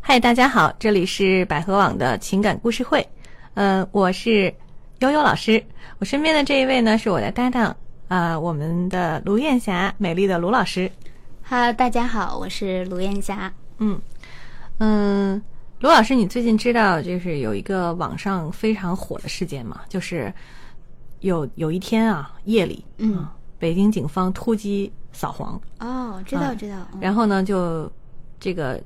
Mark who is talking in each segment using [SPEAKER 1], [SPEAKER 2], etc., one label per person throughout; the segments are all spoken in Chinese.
[SPEAKER 1] 嗨，大家好，这里是百合网的情感故事会，呃，我是悠悠老师，我身边的这一位呢是我的搭档啊、呃我们的卢艳霞，美丽的卢老师，
[SPEAKER 2] Hello，大家好，我是卢艳霞。
[SPEAKER 1] 嗯嗯，卢老师，你最近知道就是有一个网上非常火的事件吗？就是有有一天啊，夜里，
[SPEAKER 2] 嗯
[SPEAKER 1] 啊北京警方突击扫黄，
[SPEAKER 2] 哦，知
[SPEAKER 1] 啊
[SPEAKER 2] 道知道。嗯
[SPEAKER 1] 然后呢，就这个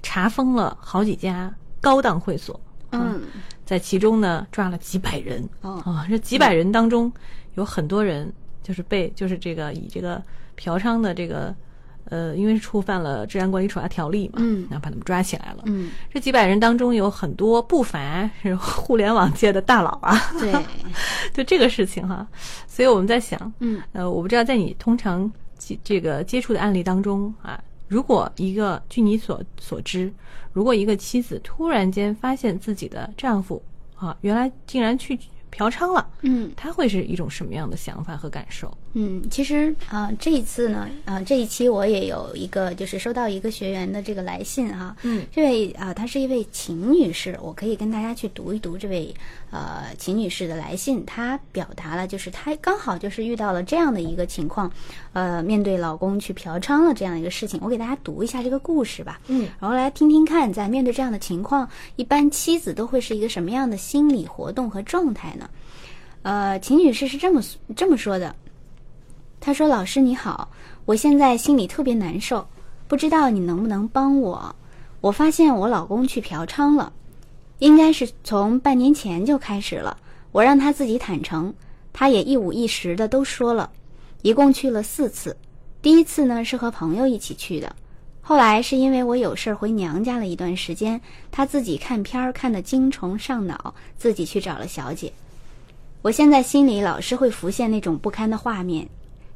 [SPEAKER 1] 查封了好几家高档会所，
[SPEAKER 2] 嗯，
[SPEAKER 1] 在其中呢抓了几百人
[SPEAKER 2] 哦
[SPEAKER 1] 啊，这几百人当中有很多人就是被就是这个以这个嫖娼的这个呃，因为是触犯了治安管理处罚条例嘛，
[SPEAKER 2] 嗯
[SPEAKER 1] 然后把他们抓起来了。
[SPEAKER 2] 嗯，
[SPEAKER 1] 这几百人当中有很多不乏是互联网界的大佬啊，
[SPEAKER 2] 对，
[SPEAKER 1] 就这个事情哈、所以我们在想，
[SPEAKER 2] 嗯
[SPEAKER 1] 呃，我不知道在你通常接这个接触的案例当中啊，如果一个据你所所知，如果一个妻子突然间发现自己的丈夫啊，原来竟然去嫖娼了，
[SPEAKER 2] 嗯
[SPEAKER 1] 她会是一种什么样的想法和感受？
[SPEAKER 2] 嗯，其实啊、呃这一次呢，啊、这一期我也有一个，就是收到一个学员的这个来信哈、
[SPEAKER 1] 嗯
[SPEAKER 2] 这位啊、呃她是一位秦女士，我可以跟大家去读一读这位呃秦女士的来信。她表达了就是她刚好就是遇到了这样的一个情况，呃，面对老公去嫖娼了这样一个事情，我给大家读一下这个故事吧。
[SPEAKER 1] 嗯
[SPEAKER 2] 然后来听听看，在面对这样的情况，一般妻子都会是一个什么样的心理活动和状态呢？呃，秦女士是这么这么说的，她说：“老师你好，我现在心里特别难受，不知道你能不能帮我？我发现我老公去嫖娼了，应该是从半年前就开始了。我让他自己坦诚，他也一五一十的都说了，一共去了四次。第一次呢是和朋友一起去的，后来是因为我有事儿回娘家了一段时间，他自己看片儿看得精虫上脑，自己去找了小姐。我现在心里老是会浮现那种不堪的画面，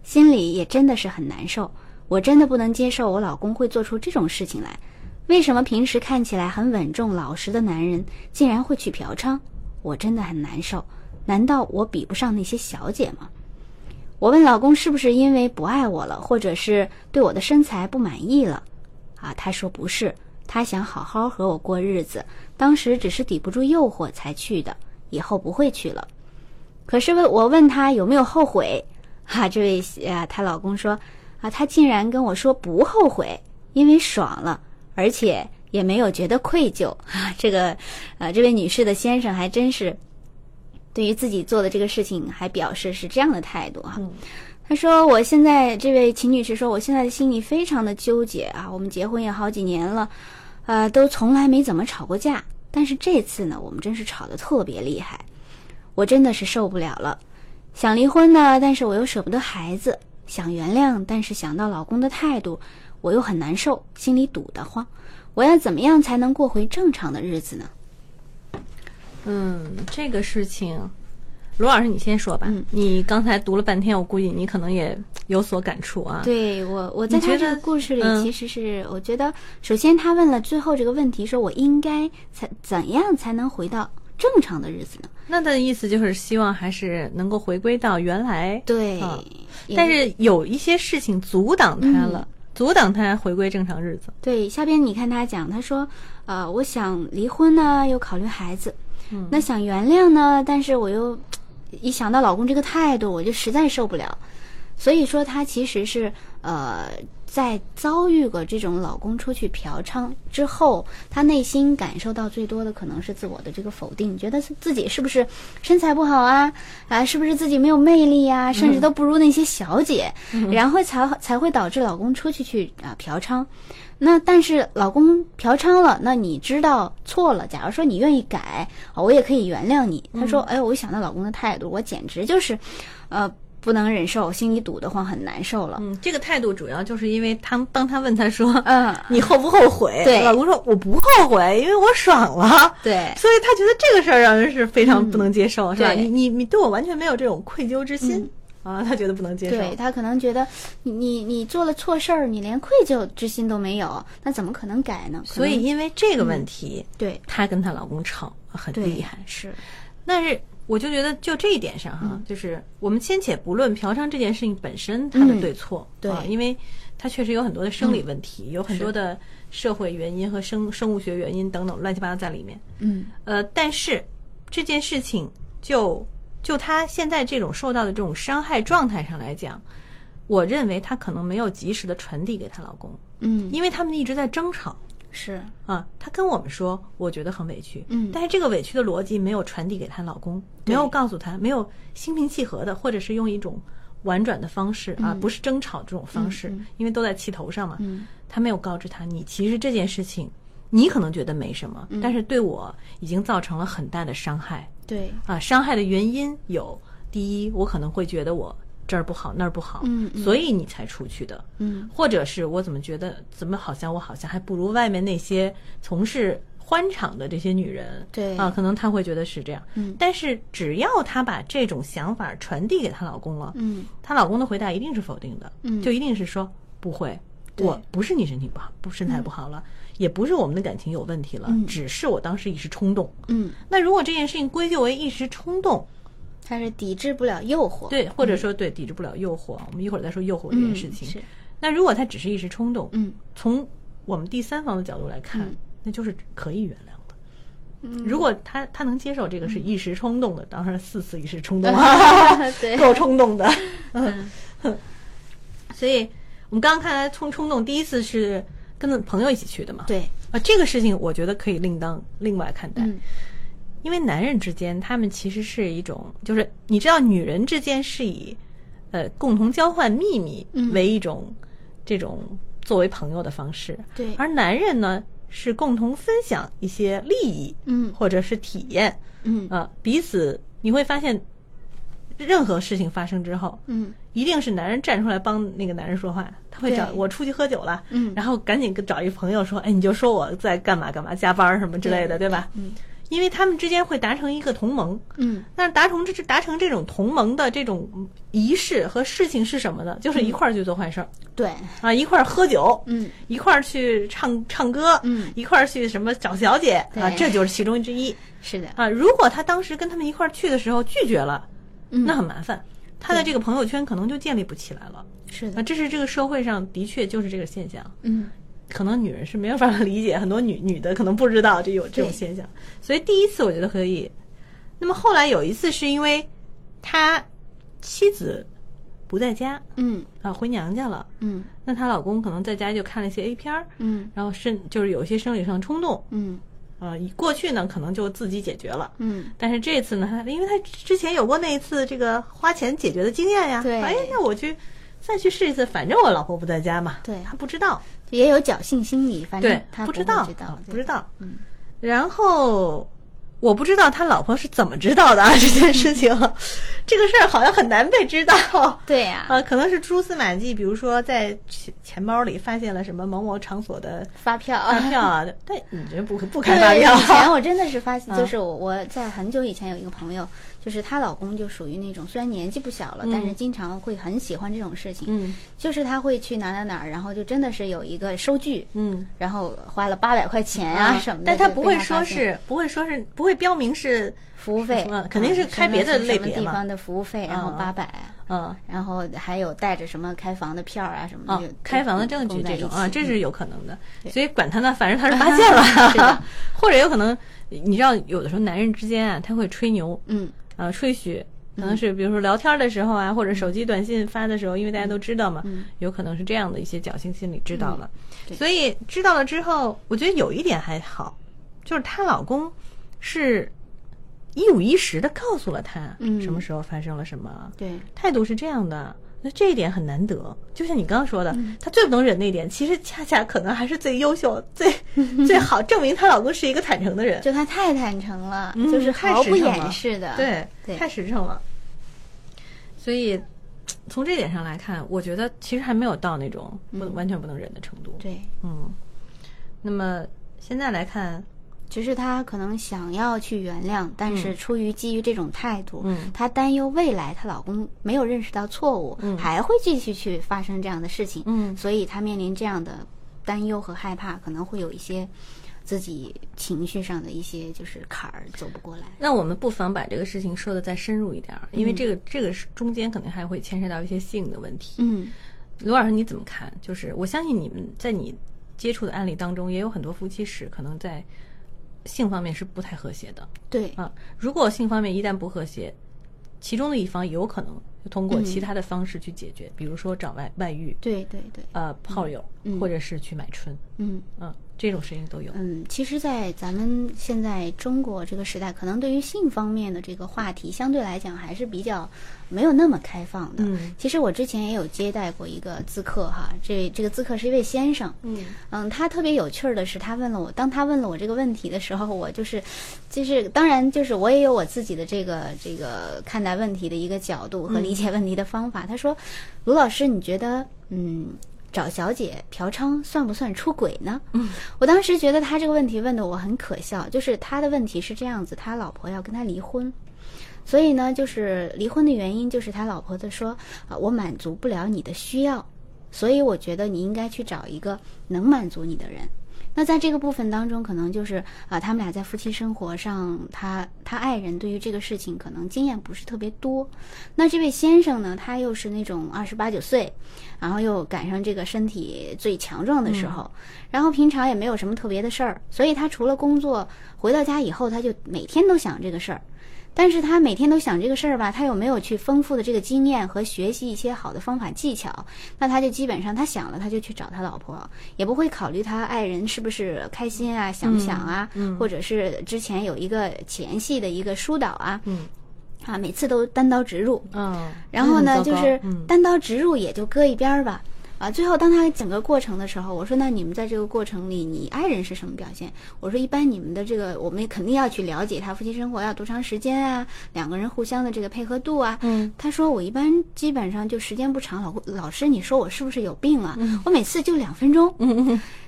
[SPEAKER 2] 心里也真的是很难受。我真的不能接受我老公会做出这种事情来。为什么平时看起来很稳重老实的男人，竟然会去嫖娼？我真的很难受。难道我比不上那些小姐吗？我问老公是不是因为不爱我了，或者是对我的身材不满意了？啊，他说不是，他想好好和我过日子，当时只是抵不住诱惑才去的，以后不会去了。可是问我问他有没有后悔，哈、这位啊，她老公说啊，他竟然跟我说不后悔，因为爽了，而且也没有觉得愧疚啊。这个，呃，这位女士的先生还真是对于自己做的这个事情还表示是这样的态度哈、啊
[SPEAKER 1] 嗯
[SPEAKER 2] 他说：“我现在这位秦女士说，我现在的心里非常的纠结啊。我们结婚也好几年了，呃，都从来没怎么吵过架。但是这次呢，我们真是吵得特别厉害，我真的是受不了了。想离婚呢，但是我又舍不得孩子；想原谅，但是想到老公的态度，我又很难受，心里堵得慌。我要怎么样才能过回正常的日子呢？
[SPEAKER 1] 嗯，这个事情，卢老师你先说吧。你刚才读了半天，我估计你可能也有所感触啊。
[SPEAKER 2] 对我，我在
[SPEAKER 1] 你觉
[SPEAKER 2] 他这
[SPEAKER 1] 得
[SPEAKER 2] 个故事里，
[SPEAKER 1] 嗯
[SPEAKER 2] 其实是、我觉得，首先他问了最后这个问题，说我应该才怎样才能回到正常的日子呢？
[SPEAKER 1] 那的意思就是希望还是能够回归到原来。
[SPEAKER 2] 对，
[SPEAKER 1] 啊
[SPEAKER 2] 也
[SPEAKER 1] 但是有一些事情阻挡他了，阻挡他回归正常日子。
[SPEAKER 2] 对下边你看他讲，他说，呃，我想离婚呢，又考虑孩子，
[SPEAKER 1] 嗯
[SPEAKER 2] 那想原谅呢，但是我又一想到老公这个态度，我就实在受不了。所以说，她其实是呃，在遭遇过这种老公出去嫖娼之后，她内心感受到最多的可能是自我的这个否定，觉得是自己是不是身材不好啊，啊，是不是自己没有魅力呀、甚至都不如那些小姐，然后才才会导致老公出去去啊嫖娼。那但是老公嫖娼了，那你知道错了，假如说你愿意改，啊我也可以原谅你。
[SPEAKER 1] 嗯
[SPEAKER 2] 她说：“哎，我一想到老公的态度，我简直就是，呃。”不能忍受，心里堵得慌，很难受了。
[SPEAKER 1] 嗯，这个态度主要就是因为他们当他问他 说
[SPEAKER 2] 嗯，
[SPEAKER 1] 你后不后悔，
[SPEAKER 2] 对
[SPEAKER 1] 老公说我不后悔，因为我爽了。
[SPEAKER 2] 对
[SPEAKER 1] 所以他觉得这个事儿让人是非常不能接受，是吧？
[SPEAKER 2] 对
[SPEAKER 1] 你你你嗯对我完全没有这种愧疚之心、啊，他觉得不能接受。
[SPEAKER 2] 对他可能觉得你你你做了错事儿，你连愧疚之心都没有，那怎么可能改呢？可
[SPEAKER 1] 所以
[SPEAKER 2] 能
[SPEAKER 1] 嗯因为这个问题，
[SPEAKER 2] 对
[SPEAKER 1] 她跟她老公吵很
[SPEAKER 2] 对
[SPEAKER 1] 厉害。
[SPEAKER 2] 是，
[SPEAKER 1] 但是我就觉得就这一点上哈，就是我们先且不论嫖娼这件事情本身它的对错，
[SPEAKER 2] 对
[SPEAKER 1] 啊因为它确实有很多的生理问题，有很多的社会原因和生生物学原因等等乱七八糟在里面。
[SPEAKER 2] 嗯
[SPEAKER 1] 呃，但是这件事情就就他现在这种受到的这种伤害状态上来讲，我认为她可能没有及时的传递给她老公，
[SPEAKER 2] 嗯，
[SPEAKER 1] 因为他们一直在争吵。
[SPEAKER 2] 是
[SPEAKER 1] 啊，她跟我们说，我觉得很委屈，
[SPEAKER 2] 嗯
[SPEAKER 1] 但是这个委屈的逻辑没有传递给她老公，没有告诉她，没有心平气和的，或者是用一种婉转的方式啊，不是争吵这种方式，因为都在气头上嘛，
[SPEAKER 2] 嗯
[SPEAKER 1] 她没有告知她，你其实这件事情，你可能觉得没什么，
[SPEAKER 2] 嗯
[SPEAKER 1] 但是对我已经造成了很大的伤害
[SPEAKER 2] 对，
[SPEAKER 1] 啊，伤害的原因有，第一，我可能会觉得我这儿不好那儿不好，
[SPEAKER 2] 嗯
[SPEAKER 1] 所以你才出去的，
[SPEAKER 2] 嗯
[SPEAKER 1] 或者是我怎么觉得怎么好像我好像还不如外面那些从事欢场的这些女人，
[SPEAKER 2] 对
[SPEAKER 1] 啊，可能她会觉得是这样，
[SPEAKER 2] 嗯
[SPEAKER 1] 但是只要她把这种想法传递给她老公了，
[SPEAKER 2] 嗯
[SPEAKER 1] 她老公的回答一定是否定的，
[SPEAKER 2] 嗯
[SPEAKER 1] 就一定是说不会。
[SPEAKER 2] 对
[SPEAKER 1] 我不是你身体不好，不身材不好了，也不是我们的感情有问题了，
[SPEAKER 2] 嗯
[SPEAKER 1] 只是我当时一时冲动。
[SPEAKER 2] 嗯，
[SPEAKER 1] 那如果这件事情归咎为一时冲动，
[SPEAKER 2] 哦他是抵制不了诱惑，
[SPEAKER 1] 对，或者说对抵制不了诱惑，我们一会儿再说诱惑这
[SPEAKER 2] 嗯，
[SPEAKER 1] 件事情。
[SPEAKER 2] 是
[SPEAKER 1] 那如果他只是一时冲动，
[SPEAKER 2] 嗯
[SPEAKER 1] 从我们第三方的角度来看，那就是可以原谅的。
[SPEAKER 2] 嗯
[SPEAKER 1] 如果他他能接受这个是一时冲动的，当然四次一时冲动，啊
[SPEAKER 2] 对
[SPEAKER 1] 够冲动的。嗯， 所以我们刚刚看来冲冲动，第一次是跟朋友一起去的嘛？
[SPEAKER 2] 对，
[SPEAKER 1] 啊，这个事情我觉得可以另当另外看待。
[SPEAKER 2] 嗯
[SPEAKER 1] 因为男人之间，他们其实是一种，就是你知道，女人之间是以呃共同交换秘密
[SPEAKER 2] 嗯
[SPEAKER 1] 为一种、这种作为朋友的方式，
[SPEAKER 2] 对
[SPEAKER 1] 而男人呢是共同分享一些利益，
[SPEAKER 2] 嗯
[SPEAKER 1] 或者是体验，
[SPEAKER 2] 嗯
[SPEAKER 1] 呃，彼此你会发现，任何事情发生之后，
[SPEAKER 2] 嗯
[SPEAKER 1] 一定是男人站出来帮那个男人说话，他会找
[SPEAKER 2] 对
[SPEAKER 1] 我出去喝酒了，
[SPEAKER 2] 嗯
[SPEAKER 1] 然后赶紧跟找一朋友说，哎，你就说我在干嘛干嘛，加班儿什么之类的，对吧？
[SPEAKER 2] 嗯，
[SPEAKER 1] 因为他们之间会达成一个同盟，
[SPEAKER 2] 嗯
[SPEAKER 1] 那达成这这达成这种同盟的这种仪式和事情是什么呢？就是一块儿去做坏事儿、
[SPEAKER 2] 对，
[SPEAKER 1] 啊，一块儿喝酒，
[SPEAKER 2] 嗯
[SPEAKER 1] 一块儿去唱唱歌，
[SPEAKER 2] 嗯
[SPEAKER 1] 一块儿去什么找小姐啊，
[SPEAKER 2] 对
[SPEAKER 1] 这就是其中之一
[SPEAKER 2] 是的，
[SPEAKER 1] 啊。如果他当时跟他们一块儿去的时候拒绝了，
[SPEAKER 2] 嗯
[SPEAKER 1] 那很麻烦，他的这个朋友圈可能就建立不起来了。
[SPEAKER 2] 是
[SPEAKER 1] 啊，
[SPEAKER 2] 的，
[SPEAKER 1] 这是这个社会上的确就是这个现象，
[SPEAKER 2] 嗯
[SPEAKER 1] 可能女人是没有办法理解，很多女女的可能不知道这有这种
[SPEAKER 2] 对
[SPEAKER 1] 现象，所以第一次我觉得可以。那么后来有一次是因为他妻子不在家
[SPEAKER 2] 嗯
[SPEAKER 1] 啊，回娘家了，
[SPEAKER 2] 嗯
[SPEAKER 1] 那她老公可能在家就看了一些 A 片儿，
[SPEAKER 2] 嗯
[SPEAKER 1] 然后甚就是有一些生理上冲动，
[SPEAKER 2] 嗯
[SPEAKER 1] 啊，以过去呢可能就自己解决了。
[SPEAKER 2] 嗯
[SPEAKER 1] 但是这次呢，他因为他之前有过那一次这个花钱解决的经验呀，
[SPEAKER 2] 对
[SPEAKER 1] 哎，那我去再去试一次，反正我老婆不在家嘛，
[SPEAKER 2] 对
[SPEAKER 1] 他不知道，
[SPEAKER 2] 也有侥幸心理，反正他
[SPEAKER 1] 不
[SPEAKER 2] 知
[SPEAKER 1] 知道，
[SPEAKER 2] 知道
[SPEAKER 1] 啊不知，道，
[SPEAKER 2] 嗯
[SPEAKER 1] 然后我不知道他老婆是怎么知道的、啊、 这件事情，这个事儿好像很难被知道。
[SPEAKER 2] 对呀，
[SPEAKER 1] 啊，可能是蛛丝马迹，比如说在钱钱包里发现了什么某某场所的
[SPEAKER 2] 发票
[SPEAKER 1] 发票啊，但你这不不开发
[SPEAKER 2] 对，
[SPEAKER 1] 票，
[SPEAKER 2] 以前我真的是发现，
[SPEAKER 1] 啊
[SPEAKER 2] 就是我我在很久以前有一个朋友，就是她老公就属于那种虽然年纪不小了，
[SPEAKER 1] 嗯
[SPEAKER 2] 但是经常会很喜欢这种事情，
[SPEAKER 1] 嗯
[SPEAKER 2] 就是他会去哪哪哪儿，然后就真的是有一个收据，
[SPEAKER 1] 嗯。
[SPEAKER 2] 然后花了八百块钱啊
[SPEAKER 1] 啊
[SPEAKER 2] 什么的，
[SPEAKER 1] 但他
[SPEAKER 2] 就
[SPEAKER 1] 不
[SPEAKER 2] 被
[SPEAKER 1] 会说
[SPEAKER 2] 发现
[SPEAKER 1] 是不会说是不会标明是
[SPEAKER 2] 服务费
[SPEAKER 1] 什么，肯定是
[SPEAKER 2] 啊
[SPEAKER 1] 开别的
[SPEAKER 2] 什么
[SPEAKER 1] 类
[SPEAKER 2] 什么
[SPEAKER 1] 别
[SPEAKER 2] 地
[SPEAKER 1] 嘛
[SPEAKER 2] 方的服务费，然后
[SPEAKER 1] 啊
[SPEAKER 2] 八
[SPEAKER 1] 啊
[SPEAKER 2] 百。
[SPEAKER 1] 嗯
[SPEAKER 2] 然后还有带着什么开房的票啊什么
[SPEAKER 1] 啊
[SPEAKER 2] 的，就
[SPEAKER 1] 开房的
[SPEAKER 2] 就
[SPEAKER 1] 证据
[SPEAKER 2] 供在
[SPEAKER 1] 这种
[SPEAKER 2] 一
[SPEAKER 1] 啊，
[SPEAKER 2] 起嗯
[SPEAKER 1] 这是有可能的。
[SPEAKER 2] 对
[SPEAKER 1] 所以管他呢，反正他 是发
[SPEAKER 2] 是
[SPEAKER 1] 现了
[SPEAKER 2] 的，
[SPEAKER 1] 或者有可能你知道，有的时候男人之间啊，他会吹牛
[SPEAKER 2] 嗯
[SPEAKER 1] 啊，吹嘘。可能是比如说聊天的时候啊，或者手机短信发的时候，因为大家都知道嘛，
[SPEAKER 2] 嗯
[SPEAKER 1] 有可能是这样的一些侥幸心理知道了，
[SPEAKER 2] 对
[SPEAKER 1] 所以知道了之后，我觉得有一点还好，就是她老公是一五一十的告诉了她
[SPEAKER 2] 嗯
[SPEAKER 1] 什么时候发生了什么，
[SPEAKER 2] 对
[SPEAKER 1] 态度是这样的，那这一点很难得。就像你刚刚说的，
[SPEAKER 2] 嗯
[SPEAKER 1] 她最不能忍那一点，其实恰恰可能还是最优秀、 最最好，证明她老公是一个坦诚的人。
[SPEAKER 2] 就他太坦诚了，
[SPEAKER 1] 嗯
[SPEAKER 2] 就是
[SPEAKER 1] 太
[SPEAKER 2] 毫
[SPEAKER 1] 实
[SPEAKER 2] 不
[SPEAKER 1] 诚
[SPEAKER 2] 掩
[SPEAKER 1] 了
[SPEAKER 2] 饰的，
[SPEAKER 1] 对，
[SPEAKER 2] 对
[SPEAKER 1] 太实诚了。所以从这点上来看，我觉得其实还没有到那种不、完全不能忍的程度。
[SPEAKER 2] 嗯对，
[SPEAKER 1] 嗯，那么现在来看，
[SPEAKER 2] 只是他可能想要去原谅，但是出于基于这种态度，
[SPEAKER 1] 嗯
[SPEAKER 2] 她担忧未来她老公没有认识到错误，
[SPEAKER 1] 嗯
[SPEAKER 2] 还会继续去发生这样的事情，
[SPEAKER 1] 嗯
[SPEAKER 2] 所以她面临这样的担忧和害怕，可能会有一些自己情绪上的一些就是坎儿走不过来。
[SPEAKER 1] 那我们不妨把这个事情说的再深入一点
[SPEAKER 2] 嗯
[SPEAKER 1] 儿，因为这个、这个是中间可能还会牵涉到一些性的问题。
[SPEAKER 2] 嗯
[SPEAKER 1] 罗老师你怎么看？就是我相信你们在你接触的案例当中，也有很多夫妻是可能在性方面是不太和谐的
[SPEAKER 2] 嗯对，
[SPEAKER 1] 啊。如果性方面一旦不和谐，其中的一方有可能通
[SPEAKER 2] 嗯
[SPEAKER 1] 过其他的方式去解决，比如说找外外遇、
[SPEAKER 2] 对对对，
[SPEAKER 1] 呃炮友，
[SPEAKER 2] 嗯
[SPEAKER 1] 或者是去买春，
[SPEAKER 2] 嗯。
[SPEAKER 1] 嗯，这种事情都有。
[SPEAKER 2] 嗯，其实，在咱们现在中国这个时代，可能对于性方面的这个话题，相对来讲还是比较没有那么开放的。
[SPEAKER 1] 嗯
[SPEAKER 2] 其实我之前也有接待过一个咨客哈，这这个咨客是一位先生，
[SPEAKER 1] 嗯
[SPEAKER 2] 嗯，他特别有趣儿的是，他问了我，当他问了我这个问题的时候，我就是，就是当然就是我也有我自己的这个这个看待问题的一个角度和理解问题的方法。他说，卢老师，你觉得嗯，找小姐嫖娼算不算出轨呢？嗯，我当时觉得他这个问题问的我很可笑，就是他的问题是这样子，他老婆要跟他离婚。所以呢，就是离婚的原因就是他老婆的说啊，我满足不了你的需要，所以我觉得你应该去找一个能满足你的人。那在这个部分当中，可能就是啊、呃他们俩在夫妻生活上，他他爱人对于这个事情可能经验不是特别多。那这位先生呢，他又是那种二十八九岁，然后又赶上这个身体最强壮的时候，然后平常也没有什么特别的事儿，所以他除了工作，回到家以后，他就每天都想这个事儿。但是他每天都想这个事儿吧，他又没有去丰富的这个经验和学习一些好的方法技巧，那他就基本上他想了，他就去找他老婆，也不会考虑他爱人是不是开心啊，想不想啊，或者是之前有一个前戏的一个疏导啊，
[SPEAKER 1] 嗯
[SPEAKER 2] 啊，每次都单刀直入，
[SPEAKER 1] 嗯，
[SPEAKER 2] 然后呢，
[SPEAKER 1] 真
[SPEAKER 2] 就
[SPEAKER 1] 的很糟糕
[SPEAKER 2] 是
[SPEAKER 1] 嗯
[SPEAKER 2] 单刀直入也就搁一边儿吧。啊，最后当他整个过程的时候，我说：“那你们在这个过程里，你爱人是什么表现？”我说：“一般你们的这个，我们肯定要去了解他夫妻生活要多长时间啊，两个人互相的这个配合度啊。”
[SPEAKER 1] 嗯，
[SPEAKER 2] 他说：“我一般基本上就时间不长，老公老师，你说我是不是有病啊？我每次就两分钟。”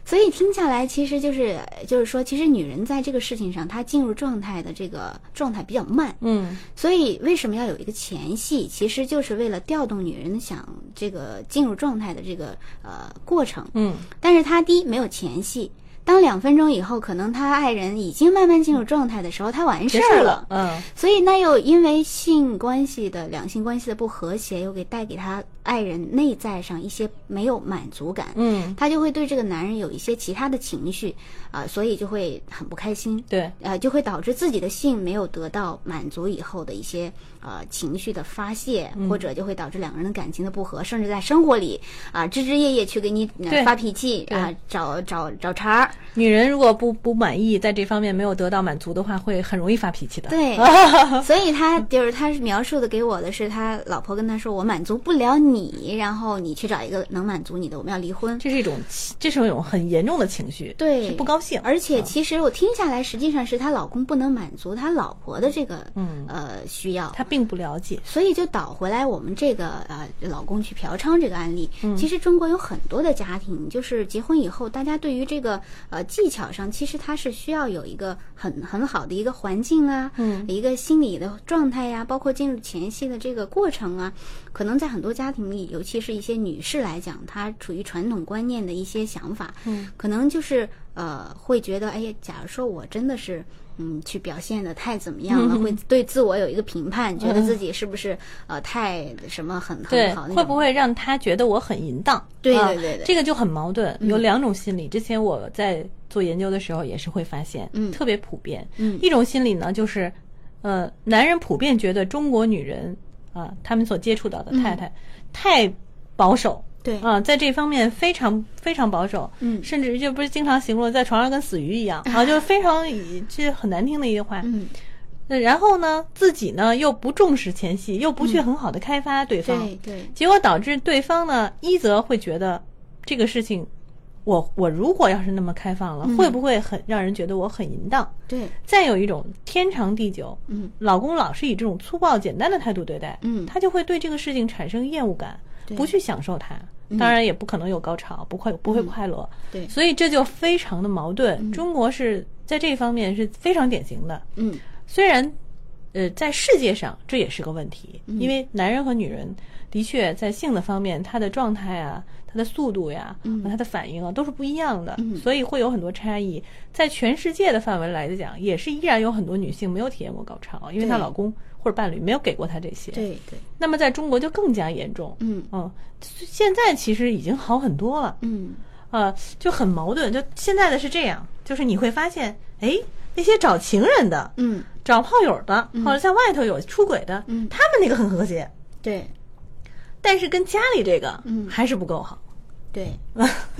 [SPEAKER 2] 所以听下来，其实就是就是说，其实女人在这个事情上，她进入状态的这个状态比较慢。
[SPEAKER 1] 嗯
[SPEAKER 2] 所以为什么要有一个前戏？其实就是为了调动女人想这个进入状态的这个呃过程。
[SPEAKER 1] 嗯
[SPEAKER 2] 但是她第一没有前戏，当两分钟以后，可能她爱人已经慢慢进入状态的时候，她完
[SPEAKER 1] 结
[SPEAKER 2] 事儿
[SPEAKER 1] 束
[SPEAKER 2] 了。
[SPEAKER 1] 嗯
[SPEAKER 2] 所以那又因为性关系的两性关系的不和谐，又给带给她爱人内在上一些没有满足感。
[SPEAKER 1] 嗯，
[SPEAKER 2] 她就会对这个男人有一些其他的情绪，啊、所以就会很不开心。
[SPEAKER 1] 对，
[SPEAKER 2] 呃，就会导致自己的性没有得到满足以后的一些呃情绪的发泄，
[SPEAKER 1] 嗯
[SPEAKER 2] 或者就会导致两个人的感情的不和，甚至在生活里啊、枝枝叶叶去给你、呃
[SPEAKER 1] 对
[SPEAKER 2] 发脾气
[SPEAKER 1] 对
[SPEAKER 2] 啊、找找找茬 儿。
[SPEAKER 1] 女人如果不不满意，在这方面没有得到满足的话，会很容易发脾气的。
[SPEAKER 2] 对，所以他就是他是描述的给我的是他老婆跟他说我满足不了你，然后你去找一个能满足你的，我们要离婚。
[SPEAKER 1] 这是一种情，这是一种很严重的情绪，
[SPEAKER 2] 对
[SPEAKER 1] 是不高兴，嗯
[SPEAKER 2] 而且其实我听下来，实际上是他老公不能满足他老婆的这个
[SPEAKER 1] 嗯
[SPEAKER 2] 呃需要。
[SPEAKER 1] 他并不了解。
[SPEAKER 2] 所以就倒回来，我们这个呃，老公去嫖娼这个案例，其实中国有很多的家庭，就是结婚以后，大家对于这个呃技巧上，其实它是需要有一个很很好的一个环境啊，嗯，一个心理的状态呀、包括进入前戏的这个过程啊，可能在很多家庭里，尤其是一些女士来讲，她处于传统观念的一些想法，嗯，可能就是呃会觉得，哎呀，假如说我真的是。嗯，去表现的太怎么样
[SPEAKER 1] 嗯
[SPEAKER 2] 了，会对自我有一个评判，觉得自己是不是呃太什么很
[SPEAKER 1] 对
[SPEAKER 2] 很，好，
[SPEAKER 1] 会不？会让他觉得我很淫荡？
[SPEAKER 2] 对
[SPEAKER 1] 啊
[SPEAKER 2] 对对对嗯
[SPEAKER 1] 这个就很矛盾，有两种心理。之前我在做研究的时候也是会发现，
[SPEAKER 2] 嗯
[SPEAKER 1] 特别普遍。
[SPEAKER 2] 嗯
[SPEAKER 1] 一种心理呢，就是，呃，男人普遍觉得中国女人啊，他们所接触到的
[SPEAKER 2] 嗯
[SPEAKER 1] 太太、太保守，
[SPEAKER 2] 对
[SPEAKER 1] 啊，在这方面非常非常保守，
[SPEAKER 2] 嗯
[SPEAKER 1] 甚至就不是经常形容在床上跟死鱼一 样啊，就是非常以这很难听的一句话。
[SPEAKER 2] 嗯，
[SPEAKER 1] 那然后呢，自己呢又不重视前戏，又不去很好的开发对方，
[SPEAKER 2] 嗯对对，
[SPEAKER 1] 结果导致对方呢，一则会觉得这个事情，我我如果要是那么开放了，
[SPEAKER 2] 嗯
[SPEAKER 1] 会不会很让人觉得我很淫荡？
[SPEAKER 2] 对，
[SPEAKER 1] 再有一种天长地久，
[SPEAKER 2] 嗯，
[SPEAKER 1] 老公老是以这种粗暴简单的态度对待，
[SPEAKER 2] 嗯
[SPEAKER 1] 他就会对这个事情产生厌恶感，
[SPEAKER 2] 对嗯
[SPEAKER 1] 不去享受它，当然也不可能有高潮，不快不会快乐，
[SPEAKER 2] 对
[SPEAKER 1] 所以这就非
[SPEAKER 2] 嗯
[SPEAKER 1] 常的矛盾。中国是在这方面是非常典型的，
[SPEAKER 2] 嗯
[SPEAKER 1] 虽然呃，在世界上这也是个问题，因为男人和女人的确在性的方面，他的状态啊、他的速度呀、
[SPEAKER 2] 嗯
[SPEAKER 1] 和他的反应啊，都是不一样的，所以会有很多差异。在全世界的范围来讲，也是依然有很多女性没有体验过高潮，因为她
[SPEAKER 2] 对
[SPEAKER 1] 老公或者伴侣没有给过她这些。
[SPEAKER 2] 对对，
[SPEAKER 1] 那么在中国就更加严重。
[SPEAKER 2] 嗯
[SPEAKER 1] 嗯，现在其实已经好很多了。
[SPEAKER 2] 嗯，
[SPEAKER 1] 呃，就很矛盾。就现在的是这样，就是你会发现，哎，那些找情人的、
[SPEAKER 2] 嗯
[SPEAKER 1] 找炮友的，或者在外头有出轨的，
[SPEAKER 2] 嗯
[SPEAKER 1] 他们那个很和谐，
[SPEAKER 2] 对
[SPEAKER 1] 但是跟家里这个，
[SPEAKER 2] 嗯
[SPEAKER 1] 还是不够好。
[SPEAKER 2] 对。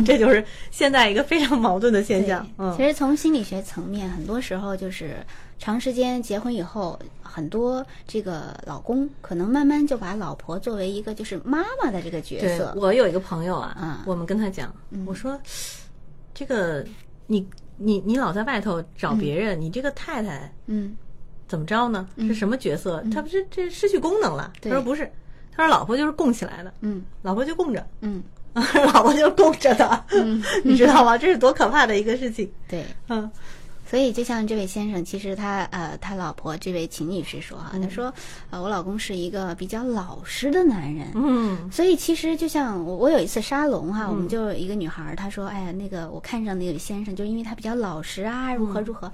[SPEAKER 1] 这就是现在一个非常矛盾的现
[SPEAKER 2] 对，
[SPEAKER 1] 象。嗯
[SPEAKER 2] 其，实从心理学层面，很多时候就是长时间结婚以后，很多这个老公可能慢慢就把老婆作为一个就是妈妈的这个角色。
[SPEAKER 1] 我有一个朋友啊，
[SPEAKER 2] 嗯
[SPEAKER 1] 我们跟他讲，我说，这个你你你老在外头找别人，你这个太太
[SPEAKER 2] 嗯，
[SPEAKER 1] 怎么着呢？是什么角色？他不是这失去功能了？他
[SPEAKER 2] 对
[SPEAKER 1] 说不是，他说老婆就是供起来的，
[SPEAKER 2] 嗯
[SPEAKER 1] 老婆就供着，
[SPEAKER 2] 嗯，
[SPEAKER 1] 老婆就供着的，你知道吗？这是多可怕的一个事情。
[SPEAKER 2] 对。
[SPEAKER 1] 嗯，
[SPEAKER 2] 所以，就像这位先生，其实他呃，他老婆这位秦女士说哈，
[SPEAKER 1] 嗯
[SPEAKER 2] 他说，呃，我老公是一个比较老实的男人，
[SPEAKER 1] 嗯，
[SPEAKER 2] 所以其实就像我，我有一次沙龙哈，我们就有一个女孩儿，她说：“哎呀，那个我看上那个先生，就是因为他比较老实啊，如何如何。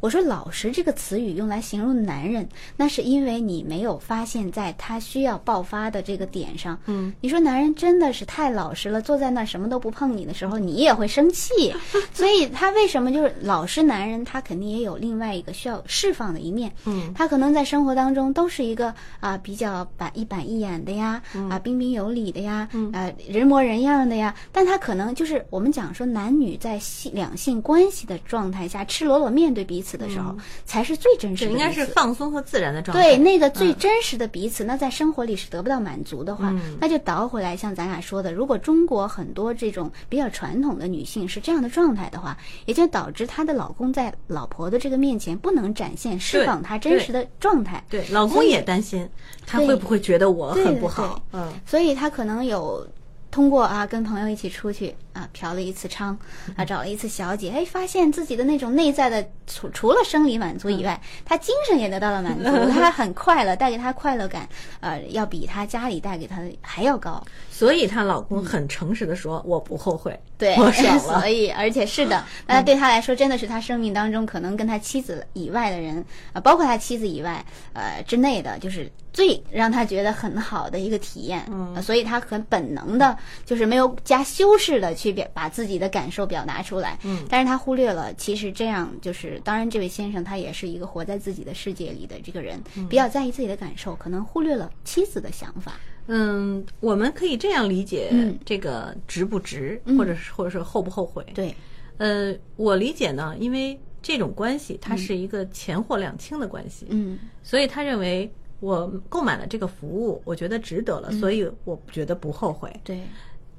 [SPEAKER 2] 我说“老实”这个词语用来形容男人，那是因为你没有发现，在他需要爆发的这个点上，嗯，你说男人真的是太老实了，坐在那儿什么都不碰你的时候，你也会生气。所以他为什么就是老实男人，他肯定也有另外一个需要释放的一面，嗯，他可能在生活当中都是一个啊、比较板一板一眼的呀，
[SPEAKER 1] 嗯
[SPEAKER 2] 啊彬彬有礼的呀，啊人模人样的呀，但他可能就是我们讲说男女在性两性关系的状态下，赤裸裸面对彼此的时候，才是最真实
[SPEAKER 1] 这
[SPEAKER 2] 的
[SPEAKER 1] 嗯应
[SPEAKER 2] 彼此，
[SPEAKER 1] 该是放松和自然的状态。嗯
[SPEAKER 2] 对，那个最真实的彼此，那在生活里是得不到满足的话，
[SPEAKER 1] 嗯
[SPEAKER 2] 那就倒回来，像咱俩说的，如果中国很多这种比较传统的女性是这样的状态的话，也就导致她的老公在老婆的这个面前不能展现释
[SPEAKER 1] 对
[SPEAKER 2] 放她真实的状态。
[SPEAKER 1] 对，老公也担心他会不会觉得我很不好？嗯，
[SPEAKER 2] 所以他可能有通过啊跟朋友一起出去啊嫖了一次娼啊找了一次小姐，哎，发现自己的那种内在的除除了生理满足以外，他精神也得到了满足，他很快乐，带给他快乐感，呃，要比他家里带给他的还要高。
[SPEAKER 1] 所以她老
[SPEAKER 2] 嗯
[SPEAKER 1] 公很诚实的说：“我不后悔，
[SPEAKER 2] 对，
[SPEAKER 1] 我爽了
[SPEAKER 2] 所。以而且是 的，那对他来说真的是他生命当中可能跟他妻子以外的人，呃，包括他妻子以外，呃之内的，就是最让他觉得很好的一个体验。嗯、所以他很本能的，就是没有加修饰的去表把自己的感受表达出来。嗯，但是他忽略了，其实这样就是，当然这位先生他也是一个活在自己的世界里的这个人，比较在意自己的感受，可能忽略了妻子的想法。”
[SPEAKER 1] 嗯，我们可以这样理解
[SPEAKER 2] 嗯
[SPEAKER 1] 这个值不值，或者是或者是后不后悔？
[SPEAKER 2] 对，
[SPEAKER 1] 呃，我理解呢，因为这种关系它是一个钱货两清的关系，
[SPEAKER 2] 嗯
[SPEAKER 1] 所以他认为我购买了这个服务，我觉得值得了，
[SPEAKER 2] 嗯
[SPEAKER 1] 所以我觉得不后悔。
[SPEAKER 2] 对，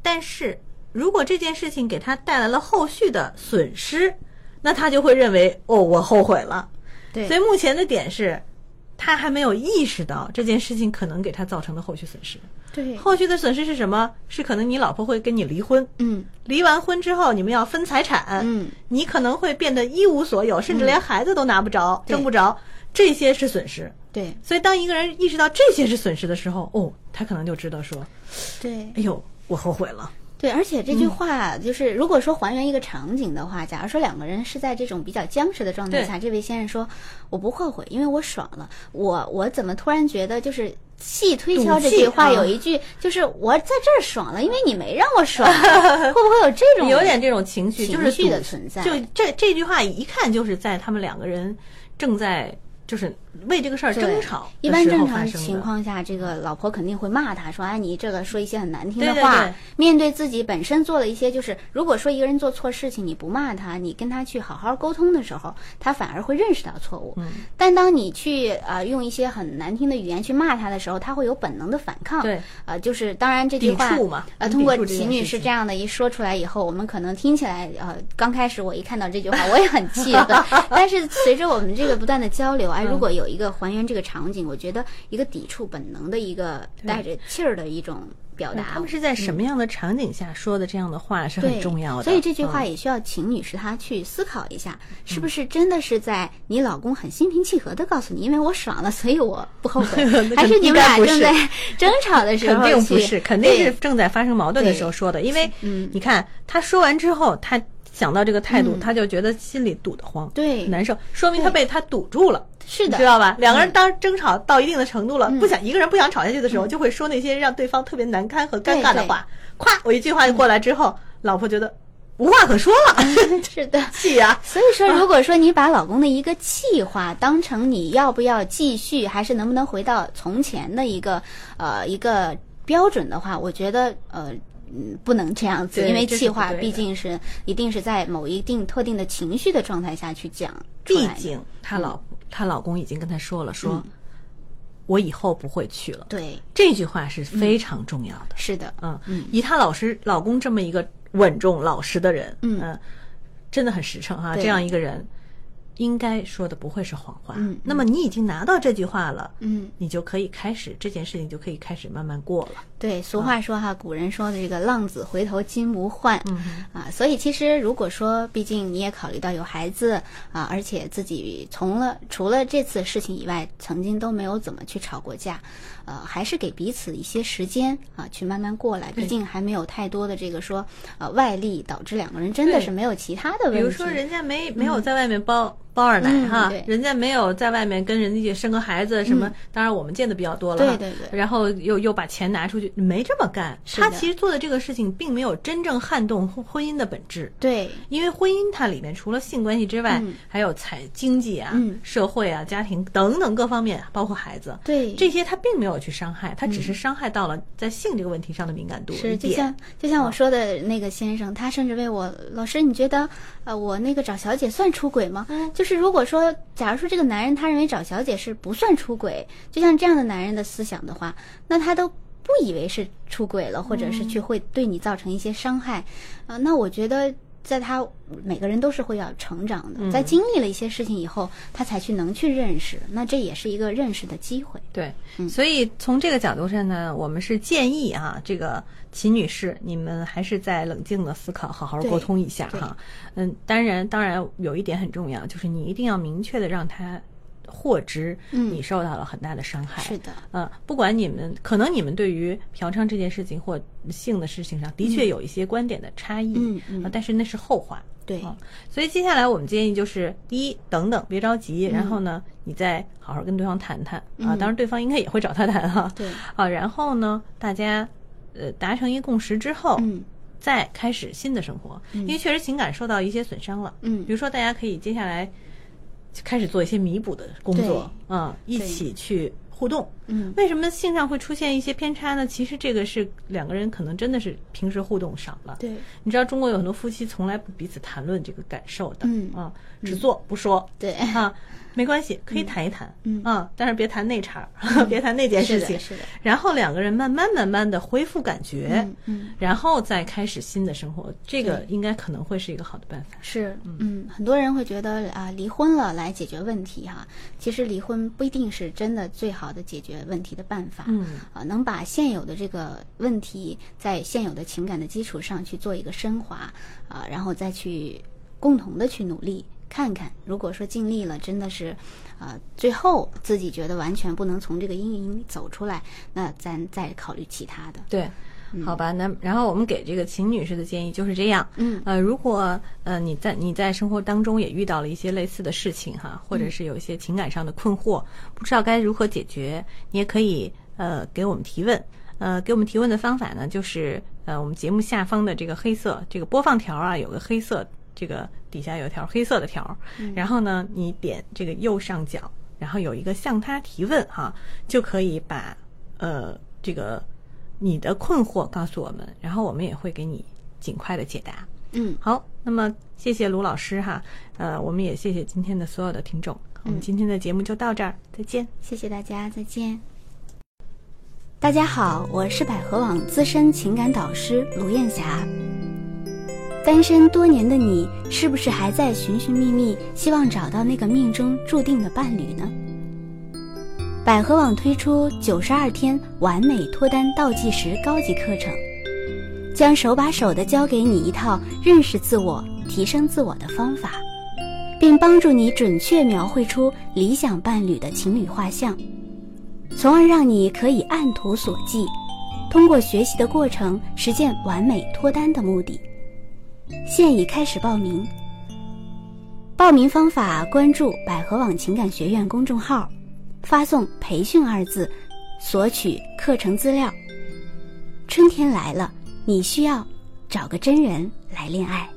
[SPEAKER 1] 但是如果这件事情给他带来了后续的损失，那他就会认为哦，我后悔了。
[SPEAKER 2] 对
[SPEAKER 1] 所以目前的点是，他还没有意识到这件事情可能给他造成的后续损失。
[SPEAKER 2] 对，
[SPEAKER 1] 后续的损失是什么？是可能你老婆会跟你离婚，
[SPEAKER 2] 嗯
[SPEAKER 1] 离完婚之后你们要分财产，
[SPEAKER 2] 嗯。
[SPEAKER 1] 你可能会变得一无所有，甚至连孩子都拿不着、
[SPEAKER 2] 对
[SPEAKER 1] 争不着，这些是损失。
[SPEAKER 2] 对
[SPEAKER 1] 所以，当一个人意识到这些是损失的时候，哦，他可能就知道说，
[SPEAKER 2] 对
[SPEAKER 1] 哎呦，我后悔了。
[SPEAKER 2] 对，而且这
[SPEAKER 1] 嗯
[SPEAKER 2] 句话就是，如果说还原一个场景的话，假如说两个人是在这种比较僵持的状态
[SPEAKER 1] 对
[SPEAKER 2] 下，这位先生说：“我不后悔，因为我爽了。我”我怎么突然觉得就是细推敲这
[SPEAKER 1] 赌气
[SPEAKER 2] 句话
[SPEAKER 1] 啊
[SPEAKER 2] 有一句，就是我在这儿爽了，因为你没让 我爽，会不会有这种
[SPEAKER 1] 有点这种情绪，
[SPEAKER 2] 情
[SPEAKER 1] 就是
[SPEAKER 2] 绪的
[SPEAKER 1] 赌
[SPEAKER 2] 存在
[SPEAKER 1] 就这这句话一看就是在他们两个人正在就是为这个事儿
[SPEAKER 2] 对
[SPEAKER 1] 争吵
[SPEAKER 2] 一
[SPEAKER 1] 的
[SPEAKER 2] 般
[SPEAKER 1] 时
[SPEAKER 2] 正
[SPEAKER 1] 候
[SPEAKER 2] 常
[SPEAKER 1] 发生的嗯
[SPEAKER 2] 情况下，这个老婆肯定会骂他说：“哎，你这个说一些很难听的
[SPEAKER 1] 对对
[SPEAKER 2] 话。啊
[SPEAKER 1] 对
[SPEAKER 2] 面对自己本身做了一些，就是如果说一个人做错事情，你不骂他，你跟他去好好沟通的时候，他反而会认识到错误。
[SPEAKER 1] 嗯
[SPEAKER 2] 但当你去呃用一些很难听的语言去骂他的时候，他会有本能的反抗。
[SPEAKER 1] 对，
[SPEAKER 2] 呃，就是当然这句话
[SPEAKER 1] 抵触嘛
[SPEAKER 2] 呃，
[SPEAKER 1] 很
[SPEAKER 2] 通
[SPEAKER 1] 抵
[SPEAKER 2] 过
[SPEAKER 1] 触这件
[SPEAKER 2] 秦女
[SPEAKER 1] 事
[SPEAKER 2] 士
[SPEAKER 1] 情
[SPEAKER 2] 这样的一说出来以后，我们可能听起来呃，刚开始我一看到这句话我也很气愤， 但是随着我们这个不断的交流，哎，
[SPEAKER 1] 嗯
[SPEAKER 2] 如果有一个还原这个场景，我觉得一个抵触本能的一个带着气儿的一种表
[SPEAKER 1] 那他
[SPEAKER 2] 达
[SPEAKER 1] 们。是在什么样的场景下说的这样的话是很
[SPEAKER 2] 嗯对，
[SPEAKER 1] 重要的。
[SPEAKER 2] 所以这句话
[SPEAKER 1] 嗯
[SPEAKER 2] 也需要秦女士她去思考一下，是不是真的是在你老公很心平气和的告诉你，因为我爽了，所以我不后悔
[SPEAKER 1] 那，
[SPEAKER 2] 还是你
[SPEAKER 1] 应
[SPEAKER 2] 们
[SPEAKER 1] 该
[SPEAKER 2] 俩
[SPEAKER 1] 不
[SPEAKER 2] 正
[SPEAKER 1] 是
[SPEAKER 2] 在争吵的 时
[SPEAKER 1] 肯
[SPEAKER 2] 候
[SPEAKER 1] 定不
[SPEAKER 2] 去
[SPEAKER 1] 是，肯定是
[SPEAKER 2] 对
[SPEAKER 1] 正在发生矛盾的时候
[SPEAKER 2] 对
[SPEAKER 1] 说的。因为
[SPEAKER 2] 嗯
[SPEAKER 1] 你看他说完之后，他想到这个态度，
[SPEAKER 2] 嗯
[SPEAKER 1] 他就觉得心里堵得慌，
[SPEAKER 2] 对
[SPEAKER 1] 难受，说明他被他堵住了。
[SPEAKER 2] 是
[SPEAKER 1] 你知
[SPEAKER 2] 的，
[SPEAKER 1] 道吧？两个人当争吵到一定的程度了，
[SPEAKER 2] 嗯
[SPEAKER 1] 不想一个人不想吵下去的时候，就会说那些让对方特别难堪和尴尬的
[SPEAKER 2] 对嗯
[SPEAKER 1] 话。咵，我一句话就过来之后，老婆觉得无话可说 了， 啊
[SPEAKER 2] 是的。
[SPEAKER 1] 气呀！
[SPEAKER 2] 所以说，如果说你把老公的一个气话当成你要不要继续，还是能不能回到从前的一个呃一个标准的话，我觉得呃。嗯，不能这样子，
[SPEAKER 1] 对
[SPEAKER 2] 因为
[SPEAKER 1] 这是
[SPEAKER 2] 气
[SPEAKER 1] 不
[SPEAKER 2] 话
[SPEAKER 1] 对的
[SPEAKER 2] 毕竟是一定是在某一定特定的情绪的状态下去讲出
[SPEAKER 1] 毕
[SPEAKER 2] 来的。
[SPEAKER 1] 竟她老
[SPEAKER 2] 嗯
[SPEAKER 1] 她老公已经跟她说了，说我以后不会去了。
[SPEAKER 2] 对，
[SPEAKER 1] 这句话是非常重要的。
[SPEAKER 2] 是的，
[SPEAKER 1] 嗯，以她老师老公这么一个稳重老实的人，
[SPEAKER 2] 嗯
[SPEAKER 1] 真的很实诚啊，
[SPEAKER 2] 对
[SPEAKER 1] 这样一个人，应该说的不会是谎话。
[SPEAKER 2] 嗯
[SPEAKER 1] 那么你已经拿到这句话了，
[SPEAKER 2] 嗯，
[SPEAKER 1] 你就可以开始这件事情，就可以开始慢慢过了。
[SPEAKER 2] 对，俗话说哈，古人说的这个“浪子回头金不换”，
[SPEAKER 1] 嗯
[SPEAKER 2] 啊，所以其实如果说，毕竟你也考虑到有孩子啊，而且自己从了除了这次事情以外，曾经都没有怎么去吵过架，呃，还是给彼此一些时间啊，去慢慢过来。毕竟还没有太多的这个说呃外力导致两个人真的
[SPEAKER 1] 对
[SPEAKER 2] 是没有其他的问题。
[SPEAKER 1] 比如说，人家没没有在外面包、包二奶
[SPEAKER 2] 嗯
[SPEAKER 1] 哈
[SPEAKER 2] 对，嗯
[SPEAKER 1] 人家没有在外面跟人家生个孩子什么，当然我们见的比较多了哈，
[SPEAKER 2] 对对对
[SPEAKER 1] 然后又又把钱拿出去，没这么干。
[SPEAKER 2] 是
[SPEAKER 1] 他
[SPEAKER 2] 的
[SPEAKER 1] 其实做的这个事情，并没有真正撼动婚婚姻的本质。
[SPEAKER 2] 对
[SPEAKER 1] 因为婚姻它里面除了性关系之外，
[SPEAKER 2] 嗯
[SPEAKER 1] 还有财经济啊、
[SPEAKER 2] 嗯
[SPEAKER 1] 社会啊、家庭等等各方面，包括孩子，
[SPEAKER 2] 对，嗯
[SPEAKER 1] 这些他并没有去伤害，他只是伤害到了在性这个问题上的敏感度一
[SPEAKER 2] 是，就
[SPEAKER 1] 点。啊
[SPEAKER 2] 像就像我说的那个先生，他甚至为我老师，你觉得呃，我那个找小姐算出轨吗？就是如果说，假如说这个男人他认为找小姐是不算出轨，就像这样的男人的思想的话，那他都不以为是出轨了，或者是去会对你造成一些伤害，呃，那我觉得。在他每个人都是会要成长的，在经历了一些事情以后，他才去能去认识，那这也是一个认识的机会。
[SPEAKER 1] 对，
[SPEAKER 2] 嗯
[SPEAKER 1] 所以从这个角度上呢，我们是建议啊，这个秦女士，你们还是在冷静的思考，好好
[SPEAKER 2] 对
[SPEAKER 1] 沟通一下哈。嗯，当然，当然有一点很重要，就是你一定要明确的让他获知
[SPEAKER 2] 嗯
[SPEAKER 1] 你受到了很大的伤害。
[SPEAKER 2] 是的，
[SPEAKER 1] 呃，不管你们可能你们对于嫖娼这件事情或性的事情上，的确有一些观点的差异，
[SPEAKER 2] 嗯嗯
[SPEAKER 1] 啊但是那是后话。
[SPEAKER 2] 对，
[SPEAKER 1] 啊，所以接下来我们建议就是：第一，等等，别着急，然后呢，你再好好跟对方谈谈啊。
[SPEAKER 2] 嗯
[SPEAKER 1] 当然，对方应该也会找他谈哈、啊。
[SPEAKER 2] 对，
[SPEAKER 1] 啊，然后呢，大家呃达成一个共识之后，
[SPEAKER 2] 嗯
[SPEAKER 1] 再开始新的生活，因为确实情感受到一些损伤了。
[SPEAKER 2] 嗯
[SPEAKER 1] 比如说大家可以接下来就开始做一些弥补的工作，啊，一
[SPEAKER 2] 对
[SPEAKER 1] 起去互动。
[SPEAKER 2] 嗯，
[SPEAKER 1] 为什么性上会出现一些偏差呢？其实这个是两个人可能真的是平时互动少了。
[SPEAKER 2] 对。
[SPEAKER 1] 你知道中国有很多夫妻从来不彼此谈论这个感受的，
[SPEAKER 2] 嗯
[SPEAKER 1] 啊，只做不说，
[SPEAKER 2] 对
[SPEAKER 1] 啊，没关系，可以谈一谈，
[SPEAKER 2] 嗯
[SPEAKER 1] 啊，但是别谈那茬儿， 别谈那件
[SPEAKER 2] 是
[SPEAKER 1] 事
[SPEAKER 2] 的
[SPEAKER 1] 情，
[SPEAKER 2] 是的
[SPEAKER 1] 然后两个人慢慢慢慢的恢复感觉，
[SPEAKER 2] 嗯嗯
[SPEAKER 1] 然后再开始新的生活，这个
[SPEAKER 2] 对
[SPEAKER 1] 应该可能会是一个好的办法。
[SPEAKER 2] 是，嗯，很多人会觉得啊、离婚了来解决问题哈、其实离婚不一定是真的最好的解决问题的办法。
[SPEAKER 1] 嗯，
[SPEAKER 2] 啊，能把现有的这个问题，在现有的情感的基础上去做一个升华，啊，然后再去共同的去努力，看看如果说尽力了，真的是，啊，最后自己觉得完全不能从这个阴影里走出来，那咱再考虑其他的。
[SPEAKER 1] 对，好吧，那然后我们给这个秦女士的建议就是这样。
[SPEAKER 2] 嗯
[SPEAKER 1] 呃，如果呃你在你在生活当中也遇到了一些类似的事情哈，或者是有一些情感上的困惑，不知道该如何解决，你也可以呃给我们提问。呃，给我们提问的方法呢，就是呃我们节目下方的这个黑色这个播放条啊，有个黑色这个底下有一条黑色的条，然后呢你点这个右上角，然后有一个向他提问哈、就可以把呃这个你的困惑告诉我们，然后我们也会给你尽快的解答。
[SPEAKER 2] 嗯，
[SPEAKER 1] 好，那么谢谢卢老师哈，呃，我们也谢谢今天的所有的听众，我们今天的节目就到这儿，再见。
[SPEAKER 2] 谢谢大家，再见。大家好，我是百合网资深情感导师卢艳霞。单身多年的你，是不是还在寻寻觅觅，希望找到那个命中注定的伴侣呢？百合网推出九十二天完美脱单倒计时高级课程，将手把手的教给你一套认识自我、提升自我的方法，并帮助你准确描绘出理想伴侣的情侣画像，从而让你可以按图索骥，通过学习的过程实现完美脱单的目的。现已开始报名。报名方法：关注百合网情感学院公众号，发送“培训”二字，索取课程资料。春天来了，你需要找个真人来恋爱。